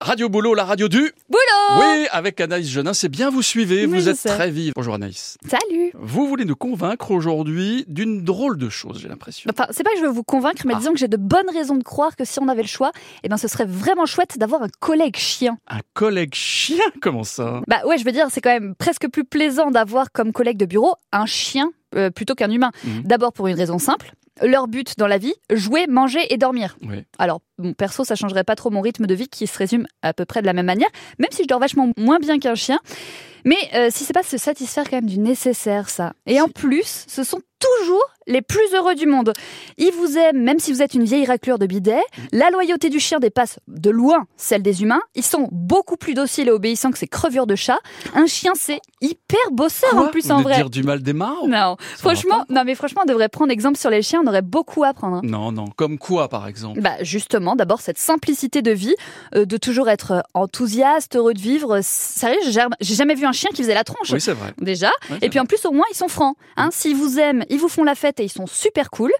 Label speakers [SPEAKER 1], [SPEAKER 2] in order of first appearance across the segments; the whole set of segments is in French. [SPEAKER 1] Radio Boulot, la radio du...
[SPEAKER 2] Boulot
[SPEAKER 1] Oui, avec Anaïs Genin, c'est bien, vous suivez,
[SPEAKER 2] Oh. Oui,
[SPEAKER 1] vous
[SPEAKER 2] je
[SPEAKER 1] êtes
[SPEAKER 2] sais.
[SPEAKER 1] très vive. Bonjour Anaïs.
[SPEAKER 2] Salut
[SPEAKER 1] Vous voulez nous convaincre aujourd'hui d'une drôle de chose, j'ai l'impression.
[SPEAKER 2] Enfin, c'est pas que je veux vous convaincre, mais
[SPEAKER 1] Ah.
[SPEAKER 2] disons que j'ai de bonnes raisons de croire que si on avait le choix, eh ben, ce serait vraiment chouette d'avoir un collègue chien.
[SPEAKER 1] Un collègue chien, comment ça
[SPEAKER 2] Bah ouais, je veux dire, c'est quand même presque plus plaisant d'avoir comme collègue de bureau un chien euh, plutôt qu'un humain.
[SPEAKER 1] Mhm.
[SPEAKER 2] D'abord pour une raison simple. Leur but dans la vie, jouer, manger et dormir.
[SPEAKER 1] Oui.
[SPEAKER 2] Alors, bon, perso, ça changerait pas trop mon rythme de vie qui se résume à peu près de la même manière, même si je dors vachement moins bien qu'un chien. Mais euh, si c'est pas se satisfaire quand même du nécessaire, ça. Et en plus, ce sont toujours les plus heureux du monde. Ils vous aiment, même si vous êtes une vieille raclure de bidet.
[SPEAKER 1] Mm.
[SPEAKER 2] La loyauté du chien dépasse de loin celle des humains. Ils sont beaucoup plus dociles et obéissants que ces crevures de chat. Un chien, c'est hyper bosseur en
[SPEAKER 1] Quoi
[SPEAKER 2] plus,
[SPEAKER 1] Vous
[SPEAKER 2] en
[SPEAKER 1] voulez
[SPEAKER 2] vrai.
[SPEAKER 1] dire du mal des marres
[SPEAKER 2] Non,
[SPEAKER 1] Ça va
[SPEAKER 2] franchement, non mais franchement, on devrait prendre exemple sur les chiens, on aurait beaucoup à apprendre. hein.
[SPEAKER 1] Non, non, comme quoi par exemple
[SPEAKER 2] Bah justement, d'abord cette simplicité de vie, euh, de toujours être enthousiaste, heureux de vivre. Sérieux, j'ai jamais- j'ai jamais vu un chien qui faisait la tronche.
[SPEAKER 1] Oui, c'est vrai.
[SPEAKER 2] Déjà.
[SPEAKER 1] Ouais, c'est
[SPEAKER 2] Et puis en plus, au moins, ils sont francs.
[SPEAKER 1] Mm.
[SPEAKER 2] Hein, S'ils vous aiment, ils vous font la fête et ils sont super cool.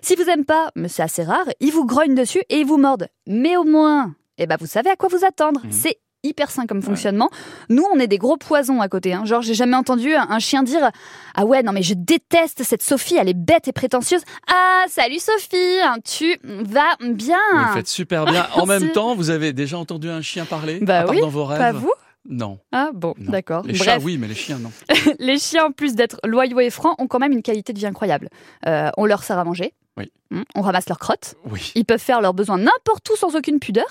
[SPEAKER 2] Si vous aiment pas, mais c'est assez rare, ils vous grognent dessus et ils vous mordent. Mais au moins, eh ben, vous savez à quoi vous attendre.
[SPEAKER 1] Mhm.
[SPEAKER 2] C'est hyper sain comme fonctionnement. Nous, on est des gros poisons à côté. Hein. Genre, j'ai jamais entendu un, un chien dire « Ah ouais, non mais je déteste cette Sophie, elle est bête et prétentieuse. Ah, salut Sophie, hein, tu vas bien
[SPEAKER 1] Vous le faites super bien. En même
[SPEAKER 2] Si.
[SPEAKER 1] temps, vous avez déjà entendu un chien parler
[SPEAKER 2] Bah
[SPEAKER 1] à part
[SPEAKER 2] oui,
[SPEAKER 1] dans vos rêves
[SPEAKER 2] Pas vous
[SPEAKER 1] Non.
[SPEAKER 2] Ah bon,
[SPEAKER 1] Non.
[SPEAKER 2] d'accord.
[SPEAKER 1] Les
[SPEAKER 2] Bref.
[SPEAKER 1] chats, oui, mais les chiens, non.
[SPEAKER 2] les chiens, en plus d'être loyaux et francs, ont quand même une qualité de vie incroyable. Euh, on leur sert à manger.
[SPEAKER 1] Oui.
[SPEAKER 2] Hmm, On ramasse leurs crottes.
[SPEAKER 1] Oui.
[SPEAKER 2] Ils peuvent faire leurs besoins n'importe où sans aucune pudeur.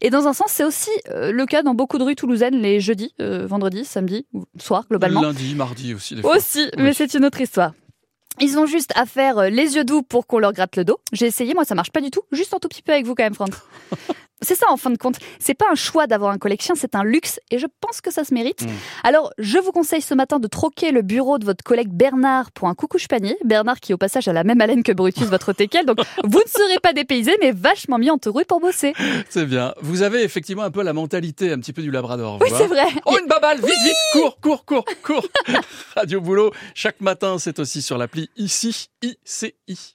[SPEAKER 2] Et dans un sens, c'est aussi euh, le cas dans beaucoup de rues toulousaines les jeudis, euh, vendredis, samedis, ou soir globalement.
[SPEAKER 1] Lundi, mardi aussi, des fois.
[SPEAKER 2] Aussi, mais c'est une autre histoire. Ils ont juste à faire euh, les yeux doux pour qu'on leur gratte le dos. J'ai essayé, moi ça marche pas du tout. Juste un tout petit peu avec vous quand même, Franck. C'est ça en fin de compte. C'est pas un choix d'avoir un collection, c'est un luxe et je pense que ça se mérite.
[SPEAKER 1] Mm.
[SPEAKER 2] Alors, je vous conseille ce matin de troquer le bureau de votre collègue Bernard pour un coucouche panier. Bernard qui, au passage, a la même haleine que Brutus, votre teckel. Donc, vous ne serez pas dépaysé, mais vachement mis en tourou pour bosser.
[SPEAKER 1] C'est bien. Vous avez effectivement un peu la mentalité un petit peu du Labrador. vous
[SPEAKER 2] Oui,
[SPEAKER 1] voyez.
[SPEAKER 2] c'est vrai.
[SPEAKER 1] Oh, une babale, vite, vite, cours, cours, cours, cours. Radio Boulot, chaque matin, c'est aussi sur l'appli ICI, ICI.